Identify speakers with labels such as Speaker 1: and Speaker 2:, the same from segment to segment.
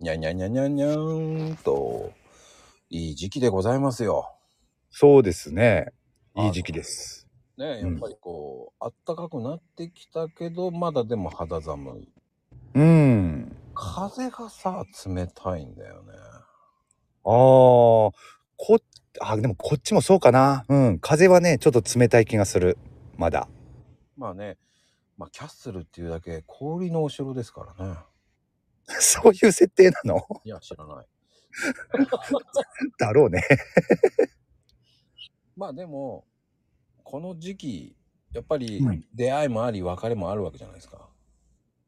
Speaker 1: にゃにゃにゃにゃにゃーんと、いい時期でございますよ。
Speaker 2: そうですね。
Speaker 1: あの
Speaker 2: いい時期です。
Speaker 1: ねえ、
Speaker 2: う
Speaker 1: や
Speaker 2: ん
Speaker 1: っぱりこう、あったかくなってきたけど、まだでも肌寒い。
Speaker 2: うん。
Speaker 1: 風がさ、冷たいんだよね。
Speaker 2: ああ、こあ、でもこっちもそうかな。うん。風はね、ちょっと冷たい気がする。まだ。
Speaker 1: まあね、まあ、キャッスルっていうだけ氷のお城ですからね。
Speaker 2: そういう設定なの
Speaker 1: いや、知らない。
Speaker 2: だろうね。
Speaker 1: まあでも、この時期、やっぱり
Speaker 2: うん
Speaker 1: 出会いもあり、別れもあるわけじゃないですか。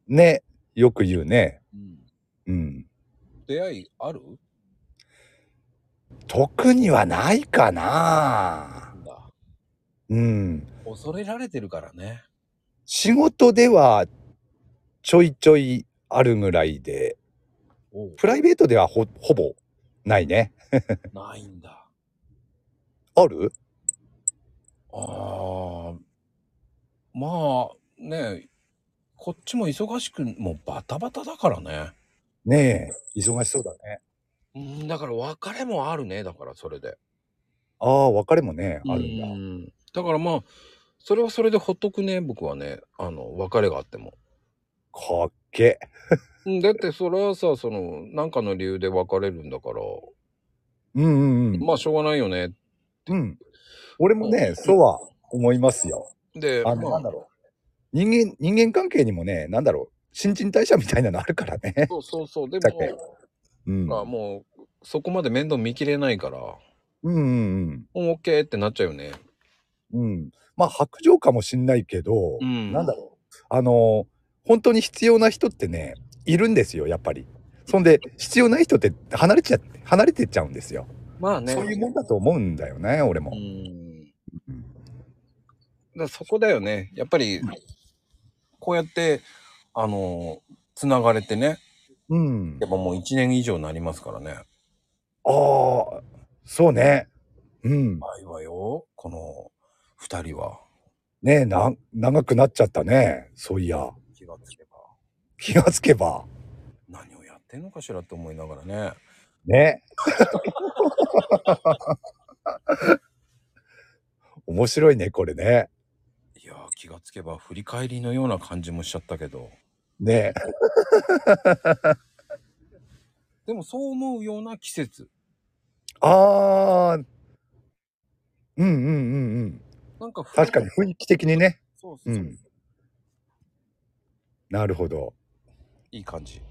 Speaker 2: ね。よく言うね。
Speaker 1: うん、
Speaker 2: うん。
Speaker 1: 出会いある
Speaker 2: 特にはないかなん
Speaker 1: だ。
Speaker 2: うん。
Speaker 1: 恐れられてるからね。
Speaker 2: 仕事ではちょいちょいあるぐらいで、
Speaker 1: おう
Speaker 2: プライベートではほ、ほぼないね。
Speaker 1: ないんだ。
Speaker 2: ある
Speaker 1: ああ、まあね、こっちも忙しく、もうバタバタだからね。
Speaker 2: ねえ。忙しそうだね。
Speaker 1: うん、だから別れもあるね、だからそれで。
Speaker 2: ああ、別れもね、あるんだ
Speaker 1: う。だからまあ、それはそれでほっとくね、僕はね、あの、別れがあっても。
Speaker 2: かっけ。
Speaker 1: うんだってそれはさ、その、なんかの理由で別れるんだから、
Speaker 2: うんうんうん。
Speaker 1: まあしょうがないよね。
Speaker 2: うん。俺もね、そうは思いますよ。
Speaker 1: で、
Speaker 2: あの、
Speaker 1: ま
Speaker 2: な
Speaker 1: あ
Speaker 2: んだろう。人間、人間関係にもね、なんだろう。新陳代謝みたいなのあるからね。
Speaker 1: そうそうそう、で
Speaker 2: だっ
Speaker 1: も、
Speaker 2: てうん。
Speaker 1: ほら
Speaker 2: う
Speaker 1: もう、そこまで面倒見きれないから、も
Speaker 2: んうん
Speaker 1: う OK ってなっちゃうよね。
Speaker 2: うん。うん。まあ、白状かもしんないけど、
Speaker 1: うん
Speaker 2: なんだろう。あの、本当に必要な人ってね、いるんですよ、やっぱり。そんで、必要ない人って離れちゃって、離れてっちゃうんですよ。
Speaker 1: まあね。
Speaker 2: そういうもんだと思うんだよね、俺も
Speaker 1: う。ん。だ
Speaker 2: うん
Speaker 1: からそこだよね。やっぱり、こうやって、あの、つながれてね、
Speaker 2: うん
Speaker 1: や。っぱもう1年以上になりますからね。
Speaker 2: ああ、そうね。うん。
Speaker 1: まあいいわよ、この2人は。
Speaker 2: ねえ、な、長くなっちゃったね。そういや。
Speaker 1: 気がつけば、
Speaker 2: 気がつけば。
Speaker 1: 何をやってんのかしらって思いながらね。
Speaker 2: ね。 面白いね、これね。
Speaker 1: いやー気がつけば振り返りのような感じもしちゃったけど。
Speaker 2: ね
Speaker 1: でもそう思うような季節。
Speaker 2: ああ。うんうんうんうん。
Speaker 1: なんか
Speaker 2: 確かに雰囲気的にね。
Speaker 1: そうそうそう、
Speaker 2: うんなるほど。
Speaker 1: いい感じ。